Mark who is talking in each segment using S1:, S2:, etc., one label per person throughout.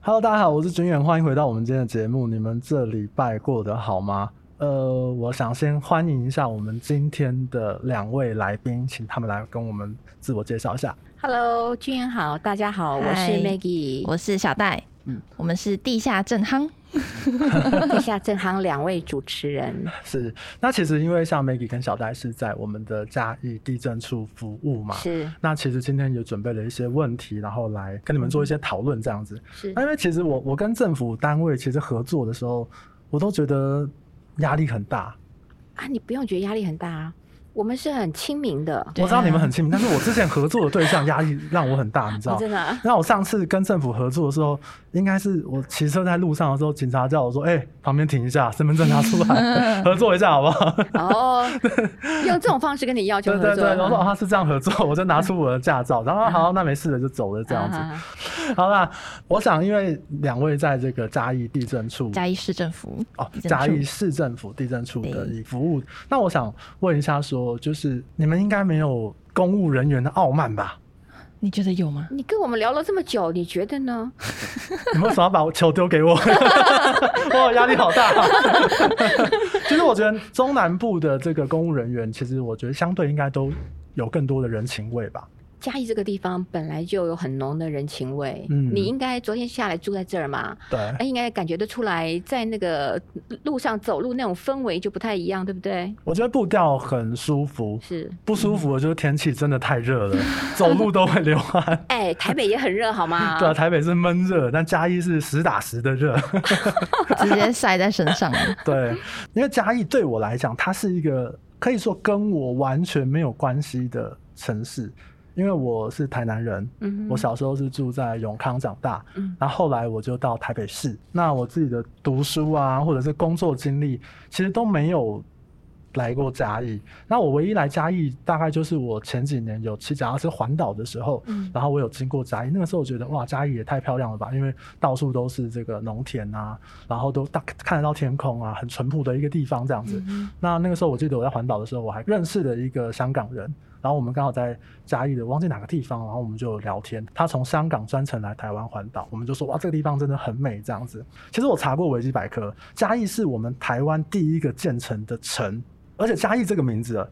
S1: Hello，大家好，我是君远，欢迎回到我们今天的节目。你们这礼拜过得好吗？呃，我想先欢迎一下我们今天的两位来宾，请他们来跟我们自我介绍一下。
S2: Hello，君言好，大家好，我是
S3: 嗨
S2: Maggie，
S3: 我是小戴，
S1: 嗯
S3: 我们是地下正夯，
S2: 地下正行两位主 持人，
S1: 是，那其实因为像 Maggie 跟小戴是在我们的嘉义地震处服务嘛，
S2: 是
S1: 那其实今天也准备了一些问题，然后来跟你们做一些讨论这样子。
S2: 是
S1: 那因为其实我我跟政府单位其实合作的时候，我都觉得压力很大。
S2: 啊，你不用觉得压力很大啊，我们是很亲民的，
S3: 对
S1: 我知道你们
S3: 啊
S1: 很亲民，但是我之前合作的对象压力让我很大，你知
S2: 哦
S1: 道。
S2: 真的 啊
S1: 那我上次跟政府合作的时候，应该是我骑车在路上的时候，警察叫我说：“哎、旁边停一下，身份证拿出 来，合作一下，好不好
S2: 哦，用这种方式跟你要？”求
S1: 对
S2: 合
S1: 对
S2: 作
S1: 对，
S2: 啊，
S1: 然后说、哦、他是这样合作，我就拿出我的驾照，然
S3: 嗯
S1: 后好，那没事了，就走了这样子。
S2: 啊
S1: 好啦，我想因为两位在这个嘉义地震处
S3: 嘉义市政府
S1: 哦
S3: 地，震
S1: 嘉义
S3: 处
S1: 市政府地震处的
S3: 对
S1: 一服务，那我想问一下说就是你们应该没有公务人员的傲慢吧？
S3: 你觉得 有吗？
S2: 你跟我们聊了这么久，你觉得呢？
S1: 你们为什么要把球丢给我？ 哇，压力好大、 其实我觉得中南部的这个公务人员，其实我觉得相对应该都有更多的人情味吧。
S2: 嘉义这个地方本来就有很浓的人情味，
S1: 嗯
S2: 你应该昨天下来住在这儿嘛，
S1: 对
S2: 哎，应该感觉得出来，在那个路上走路那种氛围就不太一样，对不对？
S1: 我觉得步调很舒服，
S2: 是，
S1: 不舒服的就是天气真的太热了，走路都会流汗。
S2: 哎，台北也很热，好吗？
S1: 对啊，台北是闷热，但嘉义是实打实的热。
S3: 直接晒在身上了
S1: 对，因为嘉义对我来讲，它是一个可以说跟我完全没有关系的城市，因为我是台南人，
S2: 嗯哼
S1: 我小时候是住在永康长大，
S2: 嗯
S1: 然后后来我就到台北市。那我自己的读书啊，或者是工作经历，其实都没有来过嘉义。那我唯一来嘉义，大概就是我前几年有骑脚踏车环岛的时候，
S2: 嗯
S1: 然后我有经过嘉义，那个时候我觉得哇，嘉义也太漂亮了吧，因为到处都是这个农田啊，然后都大看得到天空啊，很淳朴的一个地方这样子。那那个时候我记得我在环岛的时候，我还认识了一个香港人，然后我们刚好在嘉义的忘记哪个地方，然后我们就有聊天。他从香港专程来台湾环岛，我们就说哇，这个地方真的很美这样子。其实我查过维基百科，嘉义是我们台湾第一个建成的城，而且嘉义这个名字啊。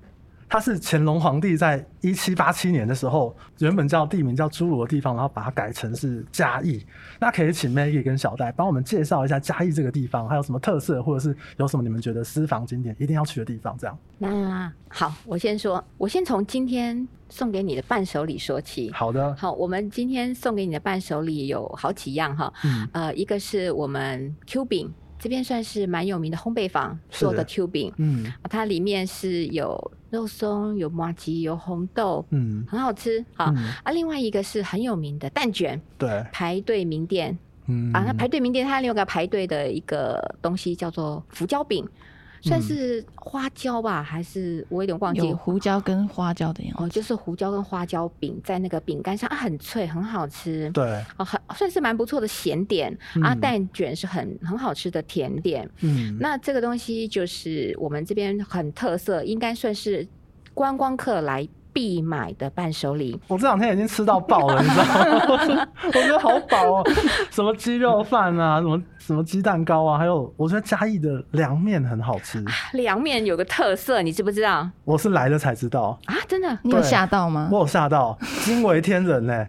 S1: 它是乾隆皇帝在一七八七年的时候，原本叫地名叫侏罗的地方，然后把它改成是嘉义。那可以请 Maggie 跟小戴帮我们介绍一下嘉义这个地方，还有什么特色，或者是有什么你们觉得私房景点一定要去的地方？这样
S2: 那好，我先说，我先从今天送给你的伴手礼说起。
S1: 好的，
S2: 好，我们今天送给你的伴手礼有好几样哈，
S1: 嗯，
S2: 呃，一个是我们 Q 饼，这边算是蛮有名的烘焙坊做
S1: 是
S2: 的 Q 饼，
S1: 嗯
S2: 它里面是有肉松、有麻吉、有红豆，
S1: 嗯
S2: 很好吃。好、
S1: 嗯，
S2: 啊，另外一个是很有名的蛋卷，
S1: 对，
S2: 排队名店，
S1: 嗯
S2: 啊，那排队名店它有个排队的一个东西叫做胡椒饼，
S1: 嗯
S2: 算是花椒吧，还是我有点忘记
S3: 有。胡椒跟花椒的样
S2: 哦，
S3: 子，
S2: 就是胡椒跟花椒饼在那个饼干上啊，很脆，很好吃。
S1: 对，
S2: 哦，很算是蛮不错的咸点、啊，
S1: 嗯
S2: 蛋卷是很很好吃的甜点。
S1: 嗯
S2: 那这个东西就是我们这边很特色，应该算是观光客来必买的伴手礼。
S1: 我这两天已经吃到爆了，你知道 吗？我觉得好饱哦，什么鸡肉饭啊，什么什么鸡蛋糕啊，还有我觉得嘉义的凉面很好吃，
S2: 凉面有个特色，你知不知道啊？
S1: 我是来了才知道，
S2: 真的，
S3: 你有
S1: 对
S3: 吓到吗？
S1: 我有吓到，惊为天人呢、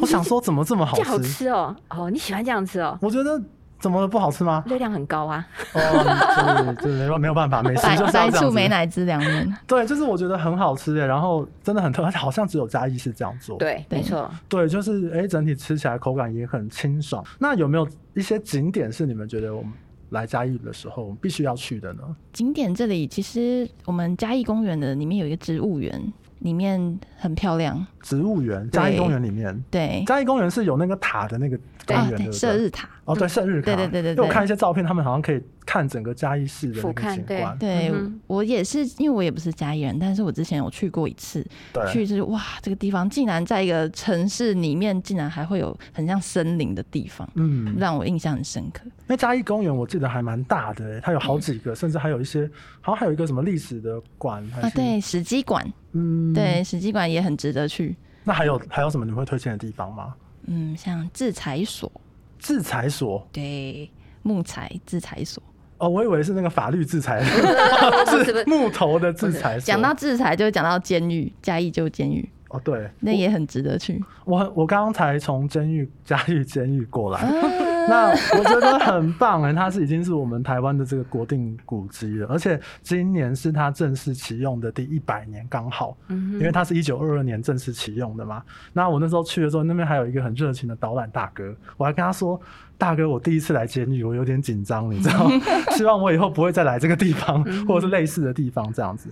S1: 我想说怎么这么好
S2: 这好
S1: 吃？
S2: 吃哦！哦，你喜欢这样吃哦？
S1: 我觉得怎么了不好吃 吗？
S2: 热量很高啊！
S1: 哦，就是就是没有办法，美食
S3: 白
S1: 就是要
S3: 白
S1: 这
S3: 醋
S1: 样
S3: 美
S1: 子。
S3: 乃滋凉面，
S1: 对，就是我觉得很好吃耶，然后真的很特，而且好像只有嘉义是这样做。
S2: 对，
S3: 对
S2: 没错。
S1: 对，就是哎，整体吃起来口感也很清爽。那有没有一些景点是你们觉得我们来嘉义的时候我们必须要去的呢？
S3: 景点这里其实我们嘉义公园的里面有一个植物园，里面很漂亮，
S1: 植物园，嘉义
S3: 对
S1: 公园里面，
S3: 对，
S1: 嘉义公园是有那个塔的那个公
S3: 啊
S1: 园，对不
S3: 射
S1: 对？
S3: 日塔，
S1: 哦，对，射日塔。
S3: 嗯对对对对
S1: 因为我
S3: 对
S1: 看一些照片，他们好像可以看整个嘉义市的那
S2: 俯
S1: 个
S2: 瞰
S1: 景
S2: 对
S1: 观。
S3: 对
S2: 嗯哼
S3: 我也是，因为我也不是嘉义人，但是我之前有去过一次，去就是哇，这个地方竟然在一个城市里面，竟然还会有很像森林的地方，
S1: 嗯，
S3: 让我印象很深刻。
S1: 因为嘉义公园我记得还蛮大的、它有好几个，甚至还有一些，好像还有一个什么历史的馆还是、
S3: 啊，对，史基馆，
S1: 嗯，
S3: 对，史基馆也很值得去。
S1: 那还有还有什么你们会推荐的地方吗？
S3: 嗯，像制裁所，
S1: 制裁所
S3: 对，木材制裁所。
S1: 哦，我以为是那个法律制 裁，
S2: 不是不
S1: 是
S2: 是
S1: 木头的制裁所。
S3: 讲到制裁，就讲到监狱，嘉义就监狱，
S1: 哦，对，
S3: 那也很值得
S1: 哦
S3: 去。
S1: 我我刚才从监狱嘉义监狱过来，
S3: 啊
S1: 那我觉得很棒哎、它是已经是我们台湾的这个国定古迹了，而且今年是它正式启用的第一百年，刚好，
S2: 嗯
S1: 因为它是一九二二年正式启用的嘛。那我那时候去的时候，那边还有一个很热情的导览大哥，我还跟他说：“大哥，我第一次来监狱，我有点紧张，你知道， 希望我以后不会再来这个地方，或者是类似的地方这样子。”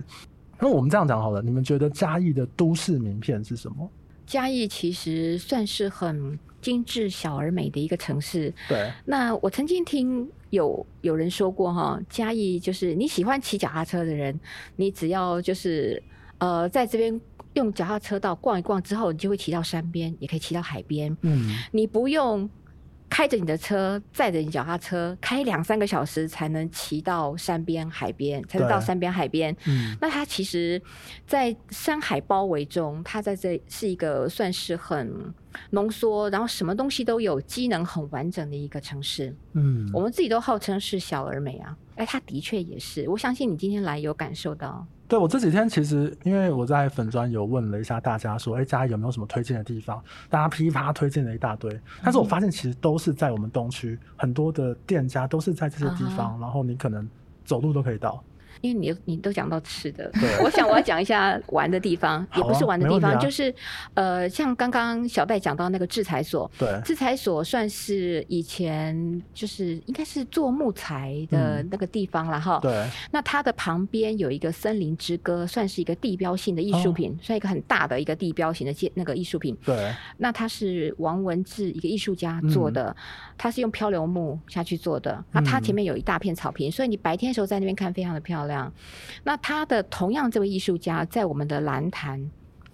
S1: 那我们这样讲好了，你们觉得嘉义的都市名片是什么？
S2: 嘉义其实算是很精致、小而美的一个城市。
S1: 对，
S2: 那我曾经听有有人说过哈，嘉义就是你喜欢骑脚踏车的人，你只要就是呃在这边用脚踏车道逛一逛之后，你就会骑到山边，也可以骑到海边，
S1: 嗯，
S2: 你不用。开着你的车，载着你脚踏车，开两三个小时才能骑到山边、海边，才能到
S1: 对
S2: 山边、海边。
S1: 嗯，
S2: 那它其实，在山海包围中，它在这是一个算是很浓缩，然后什么东西都有，机能很完整的一个城市。
S1: 嗯
S2: 我，们自己都号称是小而美啊，哎，它的确也是。我相信你今天来有感受到，
S1: 对我这几天其实因为我在粉专有问了一下大家说，哎，嘉义有没有什么推荐的地方？大家噼啪推荐了一大堆，
S2: 嗯
S1: 但是我发现其实都是在我们东区，很多的店家都是在这些地
S2: 啊
S1: 方，然后你可能走路都可以到。
S2: 因为你你都讲到吃的，
S1: 对
S2: 我想我要讲一下玩的地方，也
S1: 好啊
S2: 不是玩的地
S1: 没
S2: 方，
S1: 问题啊
S2: 就是呃，像刚刚小戴讲到那个制裁所，
S1: 对，
S2: 制裁所算是以前就是应该是做木材的
S1: 嗯
S2: 那个地方了哈。
S1: 对，
S2: 那它的旁边有一个森林之歌，算是一个地标性的艺术品，算一个很大的一个地标型的建那个艺术品。
S1: 对，
S2: 那它是王文志一个艺术家做的，他是用漂流木下去做的。那它前面有一大片草坪，所以你白天的时候在那边看非常的漂亮。那他的同样这位艺术家在我们的蓝潭。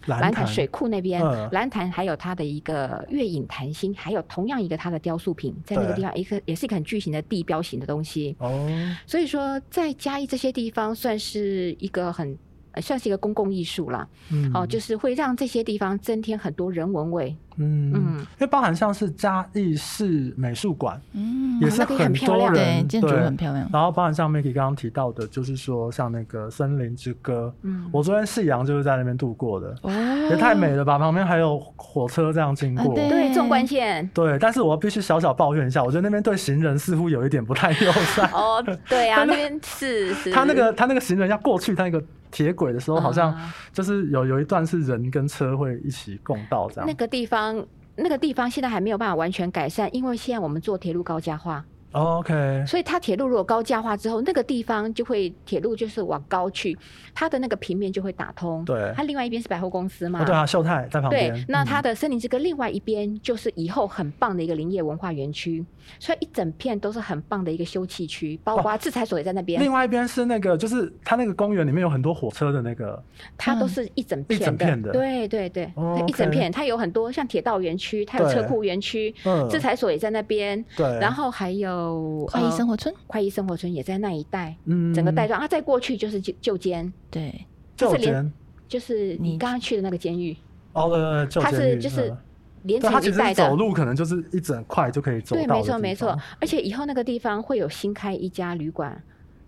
S2: 蓝潭水库那边
S1: 嗯，
S2: 蓝潭还有它的一个月影潭心，还有同样一个它的雕塑品，在那个
S1: 对
S2: 地方，一个也是一个很巨型的地标型的东西。
S1: 哦，
S2: 所以说，在嘉义这些地方算是一个很。呃算是一个公共艺术啦，
S1: 嗯
S2: 哦，就是会让这些地方增添很多人文味，
S1: 嗯
S2: 嗯
S1: 因为包含像是嘉义市美术馆，
S3: 嗯
S1: 也是
S2: 那个也很漂
S1: 多
S2: 亮
S1: 人
S3: 对，建筑
S1: 对
S3: 很
S2: 嗯
S3: 漂亮。
S1: 然后包含像 Maggie 刚刚提到的，就是说像那个森林之歌，
S2: 嗯，
S1: 我昨天夕阳就是在那边度过的，
S3: 哦，
S1: 也太美了吧！旁边还有火车这样经
S3: 啊
S1: 过，
S3: 对
S2: 嗯对纵贯线，
S1: 对，但是我必须小小抱怨一下，我觉得那边对行人似乎有一点不太友 善。
S2: 哦，对啊，
S1: 他那
S2: 那边是是，
S1: 他那个他那个行人要过去他那个铁轨的时候，好像
S2: 啊
S1: 就是有有一段是人跟车会一起共道这样
S2: 那。个地方，那个地方现在还没有办法完全改善，因为现在我们做铁路高架化，
S1: 哦 OK，
S2: 所以它铁路如果高架化之后，那个地方就会铁路就是往高去，它的那个平面就会打通，
S1: 对
S2: 它另外一边是百货公司嘛，
S1: 哦对啊，秀泰在旁边
S2: 对，。那
S1: 嗯
S2: 它的森林之歌另外一边就是以后很棒的一个林业文化园区，所以一整片都是很棒的一个休憩区，包括制裁所也在那边，
S1: 另外一边是那个，就是它那个公园里面有很多火车的那个，
S2: 它都是一整
S1: 嗯
S2: 片的，
S1: 一整片的
S2: 对对对，
S1: 哦
S2: 它一整片，它有很多像铁道园区，它有
S1: 对
S2: 车库园区，
S1: 嗯，
S2: 制裁所也在那边，
S1: 对，
S2: 然后还有
S3: 快意哎生
S2: 活、
S3: 活村，
S2: 快意生活村也在那一带，
S1: 嗯
S2: 整个带状啊，再过去就是旧旧监，
S3: 对，
S2: 就
S1: 旧
S2: 是连
S1: 监，
S2: 就是你
S3: 你
S2: 刚刚去的那个监狱，
S1: 哦对对对，旧
S2: 它是
S1: 监狱
S2: 就是
S1: 嗯
S2: 连
S1: 对，它
S2: 成
S1: 其
S2: 一
S1: 实
S2: 带的
S1: 走。路可能就是一整块就可以走到
S2: 对，
S1: 的
S2: 没错
S1: 地
S2: 没错
S1: 方，
S2: 而且以后那个地方会有新开一家旅馆。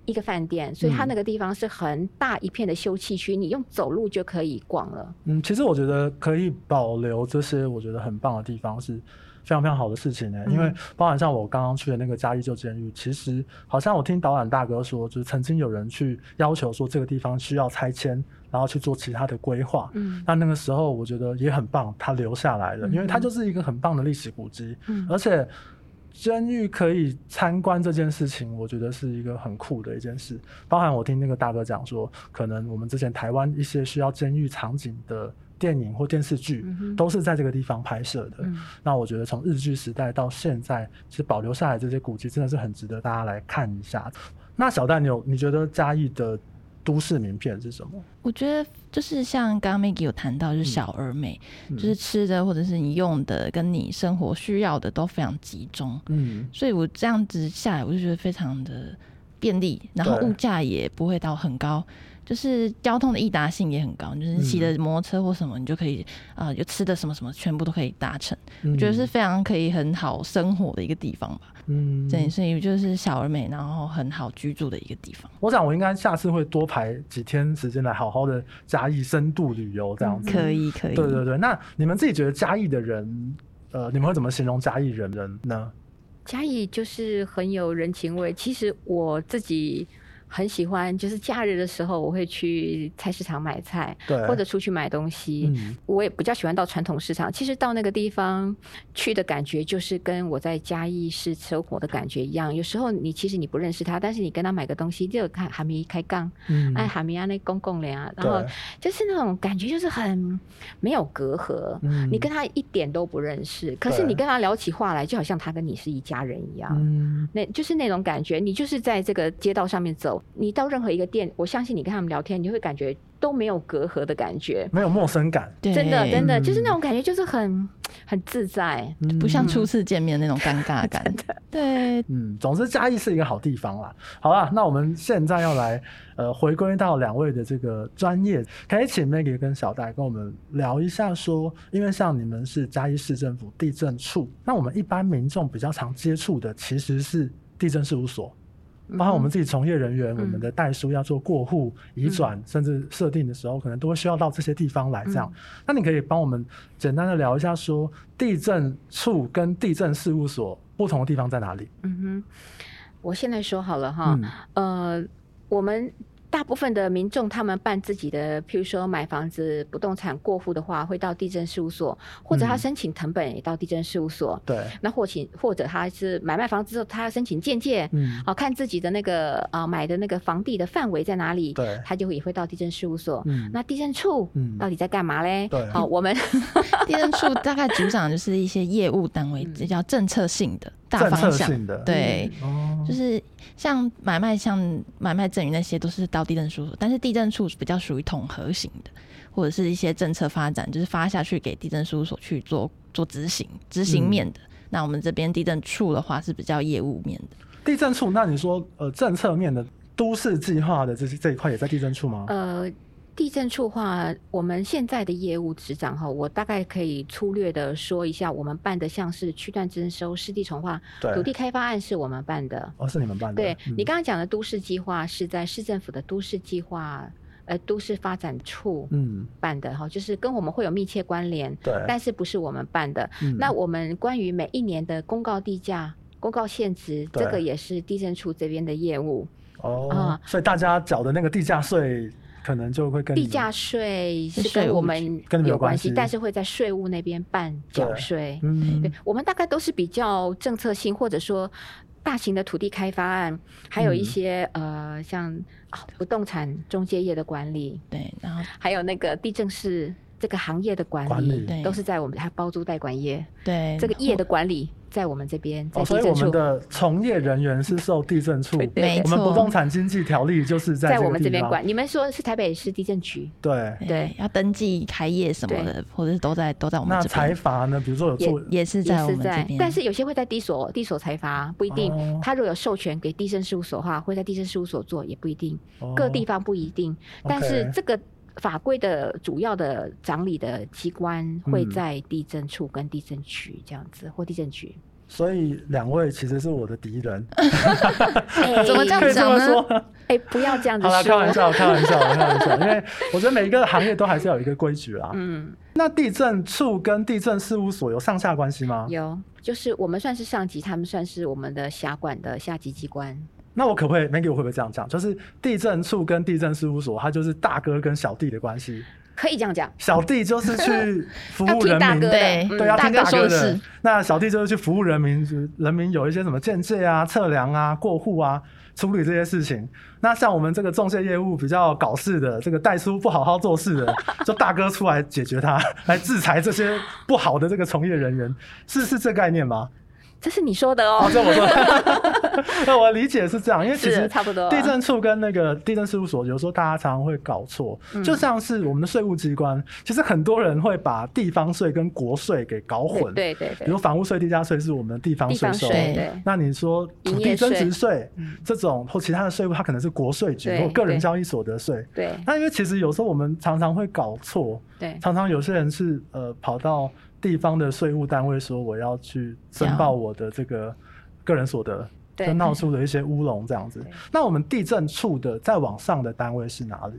S2: 一个饭店，所以它
S1: 嗯
S2: 那个地方是很大一片的休憩区，你用走路就可以逛了。
S1: 嗯，其实我觉得可以保留这些我觉得很棒的地方是非常非常好的事情呢、因为
S2: 嗯
S1: 包含像我刚刚去的那个嘉义旧监狱，其实好像我听导览大哥说，就是曾经有人去要求说这个地方需要拆迁，然后去做其他的规划。
S2: 嗯
S1: 那那个时候我觉得也很棒，它留下来了，因为它
S2: 嗯
S1: 就是一个很棒的历史古迹，
S2: 嗯
S1: 而且监狱可以参观这件事情，我觉得是一个很酷的一件事。包含我听那个大哥讲说，可能我们之前台湾一些需要监狱场景的电影或电视剧，
S2: 嗯哼
S1: 都是在这个地方拍摄的。
S2: 嗯
S1: 那我觉得从日据时代到现在，其实保留下来这些古迹，真的是很值得大家来看一下。那小戴，你有你觉得嘉义的都市名片是什么？
S3: 我觉得就是像刚刚 Maggie 有谈到，就是
S1: 嗯
S3: 小而美，就是吃的或者是你用的，跟你生活需要的都非常集中，
S1: 嗯，
S3: 所以我这样子下来，我就觉得非常的便利，然后
S1: 对
S3: 物价也不会到很高，就是交通的易达性也很高，就是
S1: 嗯
S3: 骑着摩托车或什么，你就可以啊，有、吃的什么什么，全部都可以达成。
S1: 嗯
S3: 我觉得是非常可以很好生活的一个地方吧。
S1: 嗯
S3: 对，所以就是小而美，然后很好居住的一个地方。
S1: 我想我应该下次会多排几天时间来好好的嘉义深度旅游这
S2: 嗯
S1: 样子。
S3: 可以，可以。
S1: 对对对，那你们自己觉得嘉义的人，呃，你们会怎么形容嘉义人人呢？
S2: 嘉义就是很有人情味。其实我自己很喜欢，就是假日的时候，我会去菜市场买菜，
S1: 对，
S2: 或者出去买东西。
S1: 嗯
S2: 我也比较喜欢到传统市场。其实到那个地方去的感觉，就是跟我在嘉义市生活的感觉一样。有时候你其实你不认识他，但是你跟他买个东西，就看哈密开杠，
S1: 嗯
S2: 哎，哈密啊那公公俩，然后
S1: 对，
S2: 就是那种感觉，就是很没有隔阂。
S1: 嗯
S2: 你跟他一点都不认识，可是
S1: 对
S2: 你跟他聊起话来，就好像他跟你是一家人一样。
S1: 嗯
S2: 那就是那种感觉，你就是在这个街道上面走，你到任何一个店，我相信你跟他们聊天，你就会感觉都没有隔阂的感觉，
S1: 没有陌生感，
S3: 对，
S2: 真的真的、
S1: 嗯
S2: 就是那种感觉，就是很很自在。
S1: 嗯
S3: 不像初次见面那种尴尬感。对，
S1: 嗯，总之嘉义是一个好地方啦。好啦，那我们现在要来呃回归到两位的这个专业，可以请 Maggie 跟小戴跟我们聊一下说，因为像你们是嘉义市政府地震处，那我们一般民众比较常接触的其实是地震事务所。包括我们自己从业人员，我们的代书要做过户、移转，甚至设定的时候，可能都会需要到这些地方来。这样，那你可以帮我们简单的聊一下，说地震处跟地震事务所不同的地方在哪里？
S2: 嗯哼，我现在说好了哈
S1: 嗯，，
S2: 呃，我们。大部分的民众，他们办自己的，譬如说买房子、不动产过户的话，会到地震事务所，或者他
S1: 嗯
S2: 申请成本也到地震事务所。
S1: 对，
S2: 那或请或者他是买卖房子之后，他要申请鉴界，
S1: 嗯，
S2: 哦，看自己的那个啊、买的那个房地的范围在哪里，
S1: 对
S2: 他就也会到地震事务所。
S1: 嗯，
S2: 那地震处
S1: 嗯
S2: 到底在干嘛嘞？
S1: 对
S2: 好、我们
S3: 地震处大概组长就是一些业务单位，
S2: 嗯
S3: 这叫政策性的大
S1: 政策
S3: 方向。
S1: 性的，嗯
S3: 对，
S1: 哦，
S3: 就是像买卖、像买卖赠与那些都是到地震处所，但是地震处比较属于统合型的，或者是一些政策发展，就是发下去给地震事务所去做做执行，执行面
S1: 嗯
S3: 的。那我们这边地震处的话是比较业务面的，
S1: 地震处，那你说呃政策面的都市计划的这些这一块也在地震处吗？
S2: 呃，地震处的话，我们现在的业务执掌哈，我大概可以粗略的说一下，我们办的像是区段征收、湿地重划、土地
S1: 对，
S2: 开发案是我们办的。
S1: 哦，是你们办的，
S2: 对、
S1: 嗯
S2: 你刚刚讲的都市计划是在市政府的都市计划。呃，都市发展处
S1: 嗯，
S2: 办的哈，就是跟我们会有密切关联，
S1: 对，
S2: 但是不是我们办的。
S1: 嗯
S2: 那我们关于每一年的公告地价、公告限值，
S1: 对
S2: 这个也是地震处这边的业务。
S1: 哦
S2: 啊，
S1: 所以大家缴的那个地价税可能就会跟你
S2: 地价税是
S3: 税
S2: 跟
S3: 务
S2: 我们
S1: 跟你们有
S2: 有关
S1: 关系
S2: 系，但是会在税务那边办缴税。
S1: 嗯
S2: 对，我们大概都是比较政策性，或者说大型的土地开发案，还有一
S1: 嗯
S2: 些、呃，像、啊不动产中介业的管理，
S3: 对，然后
S2: 还有那个地震室这个行业的管理，
S1: 管理
S3: 对嗯
S2: 都是在我们还有包租代管业
S3: 对
S2: 这个业的管理，在我们这边，在
S1: 哦，所
S2: 地
S1: 以我
S2: 震
S1: 们
S2: 处。
S1: 的从业人员是受地震处，
S2: 对对
S3: 没
S1: 我们不
S3: 错
S1: 动产经济条例就是在
S2: 在
S1: 个
S2: 我们这
S1: 地
S2: 边
S1: 方
S2: 管。你们说是台北市地震局，
S1: 对，
S2: 对
S3: 要登记开业什么的，或者是都在都在我们
S1: 那
S3: 这
S1: 财
S3: 边，
S1: 阀呢？比如说有做
S3: 也是
S2: 也
S3: 在我
S2: 是
S3: 们这
S2: 在
S3: 边，，
S2: 但是有些会在地所地所裁罚，不一定
S1: 哦。
S2: 他如果有授权给地震事务所的话，会在地震事务所做，也不一定。
S1: 哦
S2: 各地方不一定，但
S1: OK
S2: 是这个法规的主要的掌理的机关会在地震处跟地震局这样子，或地震局。
S1: 所以两位其实是我的敌人，
S2: 哎
S3: 怎么这样
S1: 可以这么
S3: 讲呢
S1: 说。
S2: 哎，不要这样子
S1: 好了，开玩笑，
S2: 说。
S1: 开玩笑，开玩笑，因为我觉得每一个行业都还是要有一个规矩啦。
S2: 嗯，
S1: 那地震处跟地震事务所有上下关系吗？
S2: 有，就是我们算是上级，他们算是我们的辖管的下级机关。
S1: 那我可不可以 Maggie 我会不会这样讲？就是地震处跟地震事务所，它就是大哥跟小弟的关系，
S2: 可以这样讲，
S1: 小弟就是去服
S2: 要
S1: 务 人
S2: 听嗯大
S1: 民
S2: 哥
S1: 的。
S2: 的，
S3: 对
S1: 对，要啊
S3: 大
S1: 听
S3: 哥
S1: 大
S3: 说
S1: 哥
S3: 的
S1: 的
S3: 是。
S1: 那小弟就是去服务人民，就是人民有一些什么建界啊、测量啊、过户啊，处理这些事情。那像我们这个中介业务比较搞事的，这个代书不好好做事的， 就大哥出 来解决他，来制裁这些不好的这个从业人员，是是这概念吗？
S2: 这是你说的哦，
S1: 这我说， 那我理解是这样，因为其实
S2: 是差不多。啊
S1: 地震处跟那个地震事务所，有时候大家常常会搞错，就像是我们的税务机关，其实很多人会把地方税跟国税给搞混。
S2: 对对对
S1: 比如房屋税、地价税是我们的地方税收
S2: 地方税对，
S1: 那你说土
S2: 营
S1: 地
S2: 业
S1: 增
S2: 税
S1: 值税
S2: 嗯
S1: 这种或其他的税务，它可能是国税局
S2: 对
S1: 或个人
S2: 对
S1: 交易所得税。
S2: 对
S1: 那因为其实有时候我们常常会搞错，
S2: 对
S1: 常常有些人是呃跑到地方的税务单位说我要去申报我的这个个人所得，
S2: 对
S1: 就闹出了一些乌龙这样子
S2: 对。
S1: 那我们地震处的再往上的单位是哪里？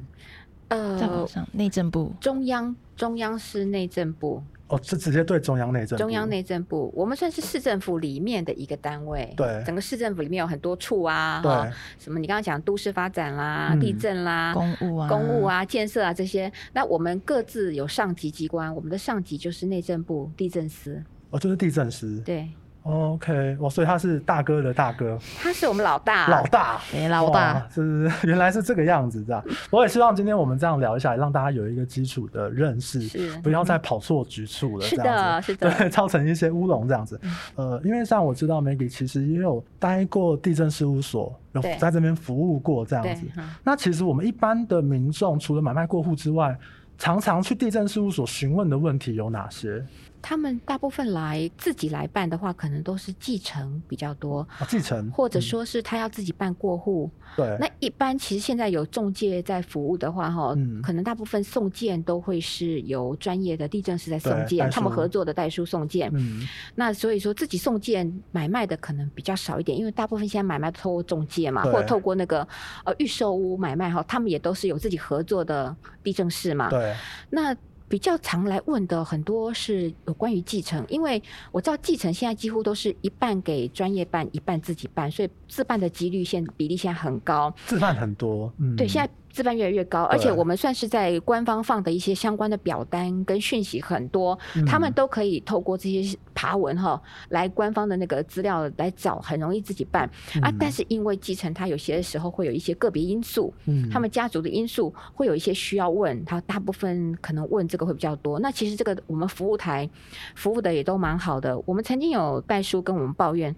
S3: 在网
S2: 呃，
S3: 上内政部
S2: 中央中央是内政部，
S1: 哦，这直接对中央内政部。
S2: 中央内政部，我们算是市政府里面的一个单位。
S1: 对
S2: 整个市政府里面有很多处啊，
S1: 对
S2: 哈，什么你刚刚讲都市发展啦、
S1: 嗯
S2: 地震啦、
S3: 公务啊，
S2: 公务，啊、建设啊这些，那我们各自有上级机关，我们的上级就是内政部地震司，
S1: 哦，就是地震师。
S2: 对，
S1: 哦 OK，哦，所以他是大哥的大哥，
S2: 他是我们老大，
S1: 老大。
S3: 给老大
S1: 哇，是 原来是这个样子，这样。我也希望今天我们这样聊一下，让大家有一个基础的认识，
S2: 是嗯
S1: 不要再跑错局处了。
S2: 是
S1: 这样子
S2: 的，是的，嗯
S1: 对，造 成一些乌龙这样子。呃，因为像我知道 Maggie 其实也有待过地震事务所，有
S2: 对
S1: 在这边服务过这样
S2: 对
S1: 子。，
S2: 嗯
S1: 那其实我们一般的民众除了买卖过户之外，常常去地震事务所询问的问题有哪些？
S2: 他们大部分来自己来办的话，可能都是继承比较多，
S1: 啊、继承，
S2: 或者说是他要自己办过户。
S1: 对，
S2: 那一般其实现在有中介在服务的话，哈、
S1: 嗯
S2: 可能大部分送件都会是由专业的地震师在送
S1: 对代
S2: 件，
S1: 书
S2: 他们合作的代书送件。
S1: 嗯，
S2: 那所以说自己送件买卖的可能比较少一点，因为大部分现在买卖透过中介嘛，
S1: 对
S2: 或透过那个呃预售屋买卖哈，他们也都是有自己合作的地震师嘛。
S1: 对，
S2: 那比较常来问的很多是有关于继承，因为我知道继承现在几乎都是一半给专业办，一半自己办，所以自办的几率现比例现在很高。
S1: 自办很多，嗯，
S2: 对，现在自办越来越高，而且
S1: 对
S2: 我们算是在官方放的一些相关的表单跟讯息很多，他们
S1: 嗯
S2: 都可以透过这些爬文哈来官方的那个资料来找，很容易自己办啊
S1: 嗯。
S2: 但是因为继承，它有些时候会有一些个别因素，
S1: 嗯
S2: 他们家族的因素会有一些需要问，他大部分可能问这个会比较多。那其实这个我们服务台服务的也都蛮好的，我们曾经有代书跟我们抱怨。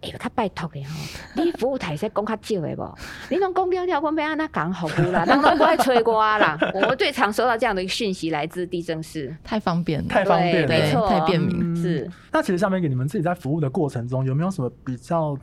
S2: 哎、较拜托的吼，你服务台在讲较少的无？你拢讲了了，我要安那讲服务啦，人拢不爱催我啦。我们最常收到这样的一个讯息，来自地震室，
S3: 太方便了，
S1: 太方便了，
S2: 对
S3: 对
S2: 没，错
S3: 太便民。
S1: 嗯
S2: 是。
S1: 那其实下面给你们自己在服务的过程中，有没有什么比较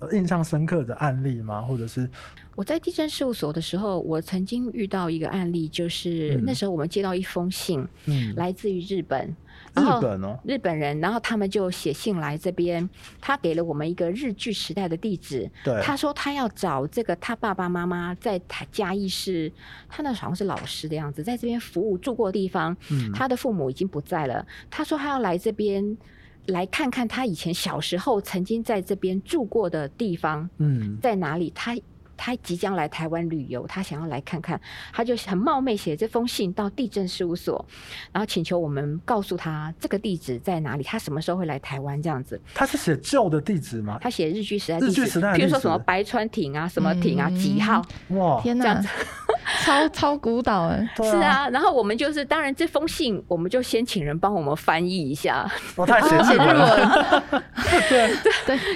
S1: 呃印象深刻的案例吗？或者是
S2: 我在地震事务所的时候，我曾经遇到一个案例，就是、
S1: 嗯
S2: 那时候我们接到一封信，
S1: 嗯，
S2: 来自于日本，然
S1: 日
S2: 后
S1: 本哦，
S2: 日本人，然后他们就写信来这边，他给了我们一个日据时代的地址。
S1: 对，
S2: 他说他要找这个他爸爸妈妈在他嘉义市，他那时候好像是老师的样子，在这边服务住过的地方，
S1: 嗯
S2: 他的父母已经不在了。他说他要来这边来看看他以前小时候曾经在这边住过的地方
S1: 嗯
S2: 在哪里。他他即将来台湾旅游，他想要来看看，他就很冒昧写这封信到地震事务所，然后请求我们告诉他这个地址在哪里，他什么时候会来台湾这样子。
S1: 他是写旧的地址吗？
S2: 他写日据时代地
S1: 日
S2: 址，
S1: 据时代的
S2: 比如说
S1: 历史
S2: 什么白川町啊，什么町啊，
S3: 嗯
S2: 几号。
S1: 哇，
S3: 天
S2: 这
S3: 哪
S2: 样子，
S3: 超 超古岛哎，
S1: 对
S2: 是，啊，然后我们就是，当然这封信我们就先请人帮我们翻译一下，
S1: 我太哦写
S2: 啊
S1: 日
S3: 写日
S1: 文
S2: 哦
S1: 了，
S3: 文，
S1: 对，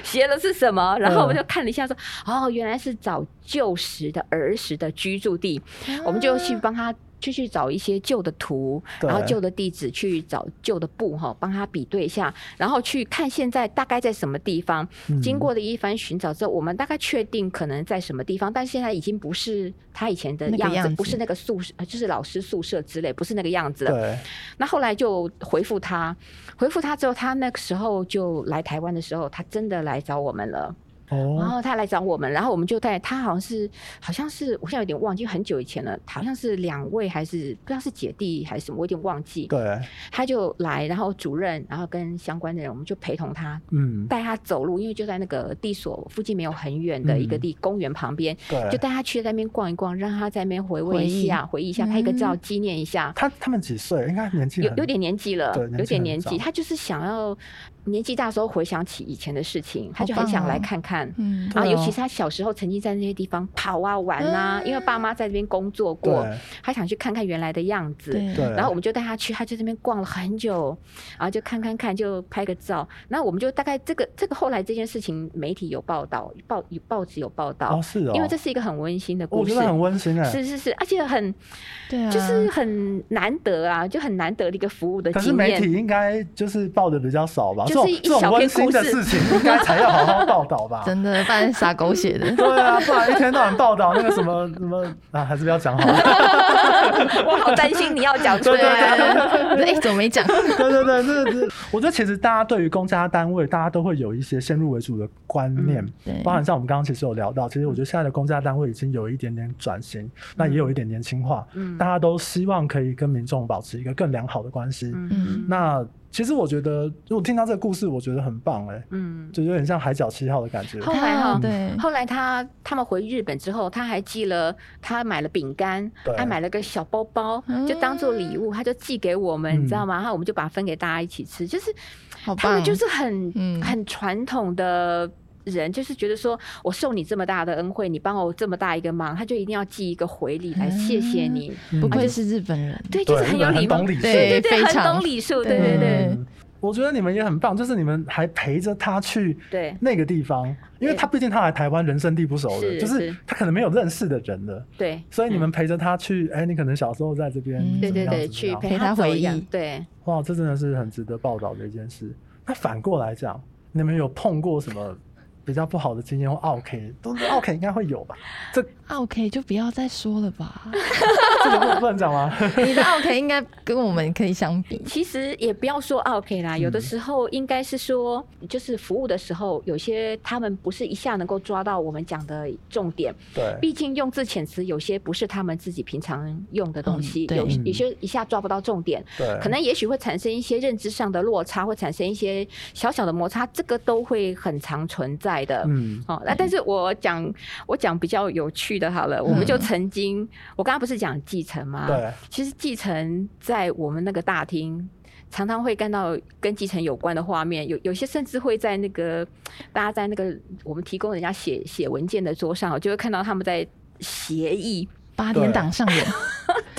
S2: 写的是什么，然后我们就看了一下说，哦，原来是找旧时的儿时的居住地，我们就去帮他就去找一些旧的图，
S1: 对
S2: 然后旧的地址去找旧的布哈，帮他比对一下，然后去看现在大概在什么地方。
S1: 嗯
S2: 经过了一番寻找之后，我们大概确定可能在什么地方，但现在已经不是他以前的
S3: 那个
S2: 样子，
S3: 样子
S2: 不是那个宿舍，呃就是老师宿舍之类，不是那个样子了。
S1: 对，
S2: 那后来就回复他，回复他之后，他那个时候就来台湾的时候，他真的来找我们了。然
S1: 哦，
S2: 后他来找我们，然后我们就带他，好像是好像是我现在有点忘记，很久以前了，好像是两位还是不知道是姐弟还是什么，我有点忘记。
S1: 对，
S2: 他就来，然后主任，然后跟相关的人，我们就陪同他，
S1: 嗯，
S2: 带他走路，因为就在那个地所附近没有很远的一个地、公园旁边，就
S1: 对，
S2: 带他去那边逛一逛，让他在那边回味一下，回忆一下，
S3: 嗯
S2: 拍个照纪念一下。
S1: 他他们几岁？应该年纪
S2: 有
S1: 很
S2: 有点年纪了
S1: 对年纪，
S2: 有点年
S1: 很
S2: 纪，
S1: 小
S2: 他就是想要年纪大的时候回想起以前的事情，他
S3: 好
S2: 就很
S3: 棒
S2: 想
S3: 哦
S2: 来看看。
S3: 嗯
S1: 对
S2: 然后，尤其
S1: 啊
S2: 是他小时候曾经在那些地方跑啊玩啊，
S3: 嗯
S2: 因为爸妈在这边工作过，
S1: 对
S2: 他想去看看原来的样子。
S3: 对啊
S1: 对，
S2: 然后我们就带他去，他就这边逛了很久，然后就看看看，就拍个照。那我们就大概这个这个后来这件事情，媒体有报道，报有报纸有报道，
S1: 哦是哦，哦
S2: 因为这是一个很温馨的
S1: 我
S2: 故
S1: 觉
S2: 事，
S1: 得很温馨哎、
S2: 是是是，而且很、
S3: 对啊，
S2: 就是很难得啊，就很难得的一个服务的
S1: 可是
S2: 经
S1: 媒体
S2: 验。
S1: 应该就是报的比较少吧？这
S2: 就
S1: 种
S2: 是一
S1: 这种
S2: 小
S1: 温
S2: 篇
S1: 馨
S2: 故
S1: 的
S2: 事
S1: 事情应该才要好好报道 吧？。
S3: 真的，不然撒狗血的
S1: 对啊，不然一天到晚报道那个什么什么啊，还是不要讲好 了。
S2: 我好担心你要讲出
S1: 对对
S2: 来。
S3: 对，哎，怎么没讲？
S1: 对对对，这这，我觉得其实大家对于公家单位，大家都会有一些先入为主的观
S2: 嗯
S1: 念，
S3: 对，
S1: 包含像我们刚刚其实有聊到，其实我觉得现在的公家单位已经有一点点转型，那也有一点年轻化，
S2: 嗯
S1: 大家都希望可以跟民众保持一个更良好的关系。
S3: 嗯
S1: 那其实我觉得，如果听到这个故事，我觉得很棒哎、
S2: 嗯，
S1: 就有点像海角七号的感觉。
S2: 后来哈
S3: 啊对，
S1: 嗯
S2: 后来他他们回日本之后，他还寄了，他买了饼干
S1: 对，
S2: 还买了个小包包
S3: 嗯，
S2: 就当做礼物，他就寄给我们，
S1: 嗯
S2: 你知道吗？然后我们就把它分给大家一起吃，就是
S3: 好
S2: 他们
S3: 棒，
S2: 就是很、
S3: 嗯
S2: 很传统的。人就是觉得说，我受你这么大的恩惠，你帮我这么大一个忙，他就一定要寄一个回礼来谢谢你。
S1: 嗯
S3: 不愧是日本人，
S2: 对，就
S1: 对，日
S2: 是很
S1: 本
S2: 有
S1: 人
S2: 礼
S1: 很
S2: 貌，
S1: 懂理性
S3: 对。
S2: 对对，
S3: 非
S2: 很
S3: 常
S2: 懂礼数，
S3: 对
S2: 对对对
S1: 嗯，我觉得你们也很棒，就是你们还陪着他去
S2: 对
S1: 那个地方，因为他毕竟他来台湾人生地不熟的，
S2: 是
S1: 就是
S2: 是
S1: 他可能没有认识的人了，
S2: 对
S1: 所以你们陪着他去，哎，你可能小时候在这边
S3: 嗯，
S2: 嗯对
S1: 怎么
S2: 对
S1: 样
S2: 对，
S1: 怎么
S2: 去
S1: 样
S3: 陪
S2: 陪
S3: 他
S2: 走
S3: 回
S2: 一样
S3: 忆
S2: 对。
S1: 哇，这真的是很值得报道的一件事。那反过来讲，你们有碰过什么比较不好的经验或 OK？都是 OK 应该会有吧？这
S3: 啊，OK，就不要再说了吧。
S1: 这个不不能讲 吗？
S3: 你的 OK 应该跟我们可以相比，
S2: 其实也不要说啊 OK
S1: 嗯
S2: 啦，有的时候应该是说，就是服务的时候，有些他们不是一下能够抓到我们讲的重点，
S1: 对，
S2: 毕竟用字遣词有些不是他们自己平常用的东西
S3: 嗯，对
S2: 有
S1: 嗯
S2: 有些一下抓不到重点，
S1: 对，
S2: 可能也许会产生一些认知上的落差，会产生一些小小的摩擦，这个都会很常存在的。
S1: 嗯，
S2: 哦，那但是我讲我讲比较有趣的，好了，我们就曾经，我刚刚不是讲继承吗？，
S1: 嗯对，
S2: 其实继承在我们那个大厅。常常会看到跟继承有关的画面，有有些甚至会在那个大家在那个我们提供人家写写文件的桌上，就会看到他们在协议，
S3: 八点档上演，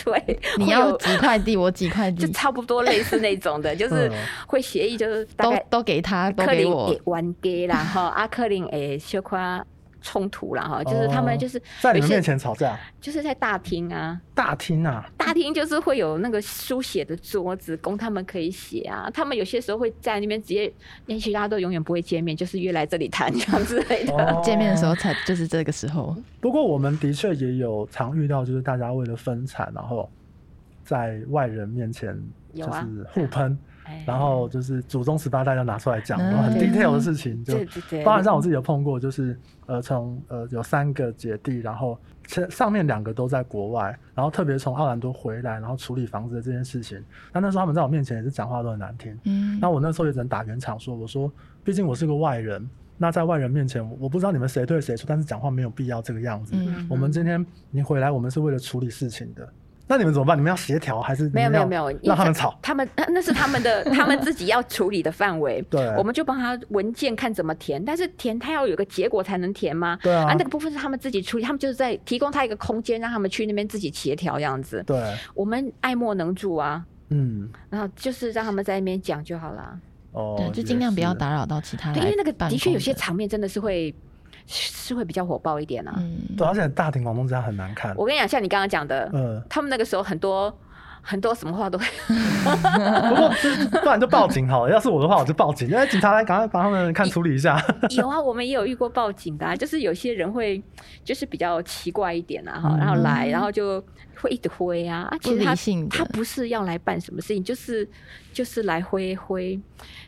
S2: 对，
S3: 你
S2: 会
S3: 要
S2: 有
S3: 几块地，我几块
S2: 就
S3: 地，
S2: 差不多类似那种的， 就是
S1: 嗯
S2: 会协议，就是大
S3: 都
S2: 概
S3: 都给他，嗯都
S2: 克
S3: 给
S2: 林
S3: 我
S2: 也。玩 gay 啦哈，阿克林诶小夸冲突啦哈，就是他们就是
S1: 在你
S2: 有
S1: 们
S2: 些
S1: 面前吵架，
S2: 就是在大厅啊，
S1: 大厅啊，
S2: 大厅就是会有那个书写的桌子供他们可以写啊，他们有些时候会在那边直接，也许大家都永远不会见面，就是约来这里谈这样之类的。
S1: 哦
S3: 呃见面的时候才就是这个时候，
S1: 不过我们的确也有常遇到，就是大家为了分产，然后在外人面前就
S2: 有啊
S1: 是互喷，
S2: 哎
S1: 然后就是祖宗十八代要拿出来讲，
S3: 嗯
S1: 然后很
S3: 对
S1: detail 的事情就
S2: 对。对对，
S1: 包含像我自己有碰过，就是呃，从呃有三个姐弟，然后前上面两个都在国外，然后特别从奥兰多回来，然后处理房子的这件事情。那那时候他们在我面前也是讲话都很难听，
S3: 嗯，
S1: 那我那时候也只能打圆场说，我说，毕竟我是个外人，那在外人面前，我不知道你们谁对谁错，但是讲话没有必要这个样子。
S3: 嗯
S1: 我们今天你回来，我们是为了处理事情的。那你们怎么办？你们要协调还是你们
S2: 没有没有
S1: 要
S2: 没有，
S1: 让他们吵？
S2: 他们 那是他 们的，他们自己要处理的范围。
S1: 对，
S2: 我们就帮他文件看怎么填，但是填他要有个结果才能填吗？
S1: 对啊
S2: 啊，那个部分是他们自己处理，他们就是在提供他一个空间，让他们去那边自己协调样子。
S1: 对，
S2: 我们爱莫能助啊，
S1: 嗯，
S2: 然后就是让他们在那边讲就好了。
S1: 哦，
S3: 对，就尽量不要打
S1: 也
S3: 扰到其他人。
S2: 对，因为那个
S3: 办
S2: 的确有
S3: 公
S2: 些
S3: 的
S2: 场面真的是会是会比较火爆一点啊。
S1: 是。
S3: 嗯，
S1: 对，而且大庭广众之下很难看。
S2: 我跟你讲，像你刚刚讲的，
S1: 嗯，
S2: 他们那个时候很多很多什么话都会，
S1: 不过就是不然就报警好了。要是我的话，我就报警，因为警察来赶快把他们看处理一下。
S2: 有啊，我们也有遇过报警的、啊，就是有些人会就是比较奇怪一点啊，哈，
S1: 嗯
S2: 然后来，然后就会一直挥啊，啊，
S3: 不
S2: 其实他
S3: 理性的
S2: 他不是要来办什么事情，就是就是来挥挥，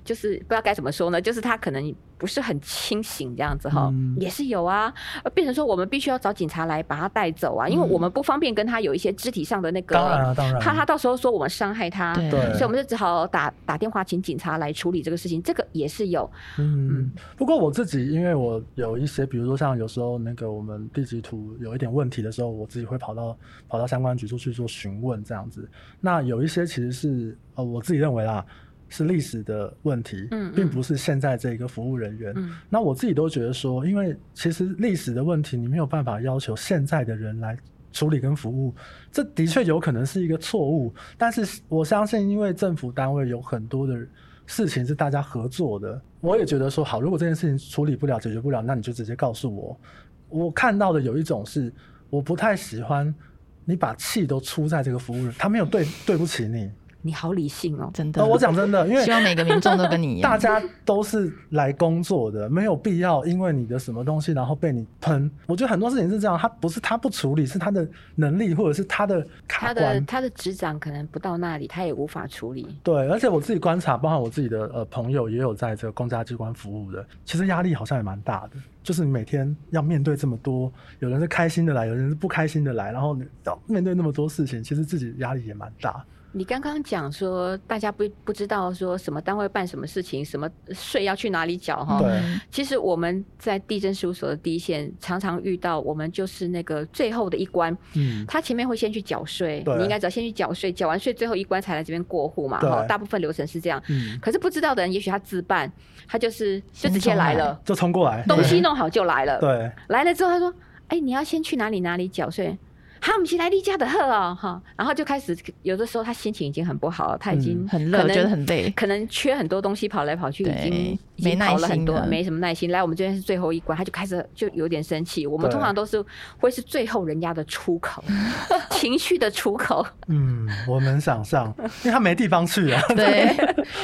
S2: 就是不知道该怎么说呢，就是他可能不是很清醒这样子哈，
S1: 嗯
S2: 也是有啊，呃变成说我们必须要找警察来把他带走啊，因为
S3: 嗯
S2: 我们不方便跟他有一些肢体上的那个，
S1: 当然了，当然
S2: 怕他
S1: 了，
S2: 到时候说我们伤害他。
S3: 对
S1: 对
S2: 所以我们就只好打打电话请警察来处理这个事情，这个也是有，
S1: 嗯，不过我自己，因为我有一些，比如说像有时候那个我们地籍图有一点问题的时候，我自己会跑到跑到相关局处去做询问这样子。那有一些其实是呃我自己认为啦，是历史的问题，
S2: 嗯嗯
S1: 并不是现在这个服务人员。
S2: 嗯
S1: 那我自己都觉得说，因为其实历史的问题，你没有办法要求现在的人来处理跟服务，这的确有可能是一个错误。但是我相信，因为政府单位有很多的事情是大家合作的，我也觉得说，好，如果这件事情处理不了、解决不了，那你就直接告诉我。我看到的有一种是，我不太喜欢你把气都出在这个服务人，他没有对对不起你。
S2: 你好理性哦，
S3: 真的。
S1: 呃，我讲真的，因为
S3: 希望每个民众都跟你一
S1: 大
S3: 样。
S1: 家都是来工作的，没有必要因为你的什么东西，然后被你喷。我觉得很多事情是这样，他不是他不处理，是他的能力或者是他的卡
S2: 他的
S1: 关。
S2: 他的执掌可能不到那里，他也无法处理。
S1: 对，而且我自己观察，包含我自己的呃朋友，也有在这个公家机关服务的，其实压力好像也蛮大的。就是你每天要面对这么多，有人是开心的来，有人是不开心的来，然后你要面对那么多事情，其实自己压力也蛮大。
S2: 你刚刚讲说大家不不知道说什么单位办什么事情，什么税要去哪里缴哈。
S1: 对
S3: 嗯
S2: 其实我们在地震事务所的第一线，常常遇到我们就是那个最后的一关，
S1: 嗯，
S2: 他前面会先去缴税，
S1: 对
S2: 你应该只要先去缴税，缴完税最后一关才来这边过户嘛，
S1: 对
S2: 哈，大部分流程是这样。
S1: 嗯，
S2: 可是不知道的人，也许他自办，他就是就
S3: 先
S2: 直接来
S3: 冲来
S2: 了，
S1: 就冲过来。
S2: 东西弄好就来了。
S1: 哎对，
S2: 来了之后，他说：“哎、你要先去哪里哪里缴税？”哈，我们先来例假的贺哦，哈，然后就开始，有的时候他心情已经很不好了，他已经
S1: 嗯
S3: 很
S2: 可
S3: 累，
S2: 能
S3: 觉得很 累。
S2: 可能缺很多东西，跑来跑去，已
S3: 对
S2: 经已
S3: 没
S2: 经
S3: 耐
S2: 跑了很
S3: 心
S2: 多，
S3: 了
S2: 没什么耐心。来，我们这边是最后一关，他就开始就有点生气。我们
S1: 对
S2: 通常都是会是最后人家的出口， 情绪的出口。
S1: 嗯，我能想象，因为他没地方去啊。
S3: 对，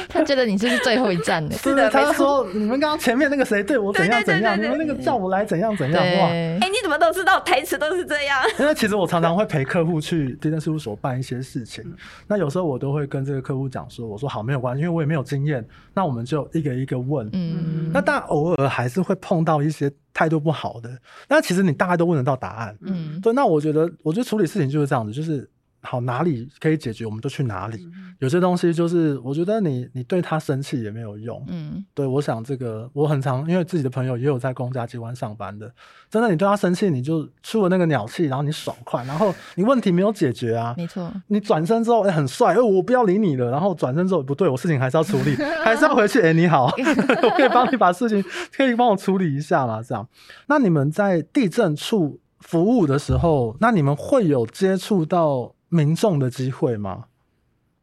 S3: 他觉得你是不是最后一站 的。
S1: 是
S2: 的
S1: 他
S2: 没
S1: 说你们刚刚前面那个谁对我怎样怎样，你
S2: 对对对对
S1: 们那个叫我来怎样怎样哇。
S3: 对
S2: 哎、，你怎么都知道台词都是这样？
S1: 因为其实我常常会陪客户去地震事务所办一些事情，那有时候我都会跟这个客户讲说，我说好没有关系，因为我也没有经验，那我们就一个一个问。
S3: 嗯，
S1: 那但偶尔还是会碰到一些态度不好的，那其实你大概都问得到答案。
S3: 嗯
S1: 对，那我觉得，我觉得处理事情就是这样子，就是好哪里可以解决，我们就去哪里。有些东西就是，我觉得你你对他生气也没有用，
S3: 嗯，
S1: 对，我想这个我很常，因为自己的朋友也有在公家机关上班的，真的你对他生气，你就出了那个鸟气，然后你爽快，然后你问题没有解决啊，
S3: 没错，
S1: 你转身之后、哎很帅，哎、我不要理你了，然后转身之后不对，我事情还是要处理，还是要回去，哎、你好，我可以帮你把事情可以帮我处理一下嘛，这样。那你们在地震处服务的时候，那你们会有接触到民众的机会吗？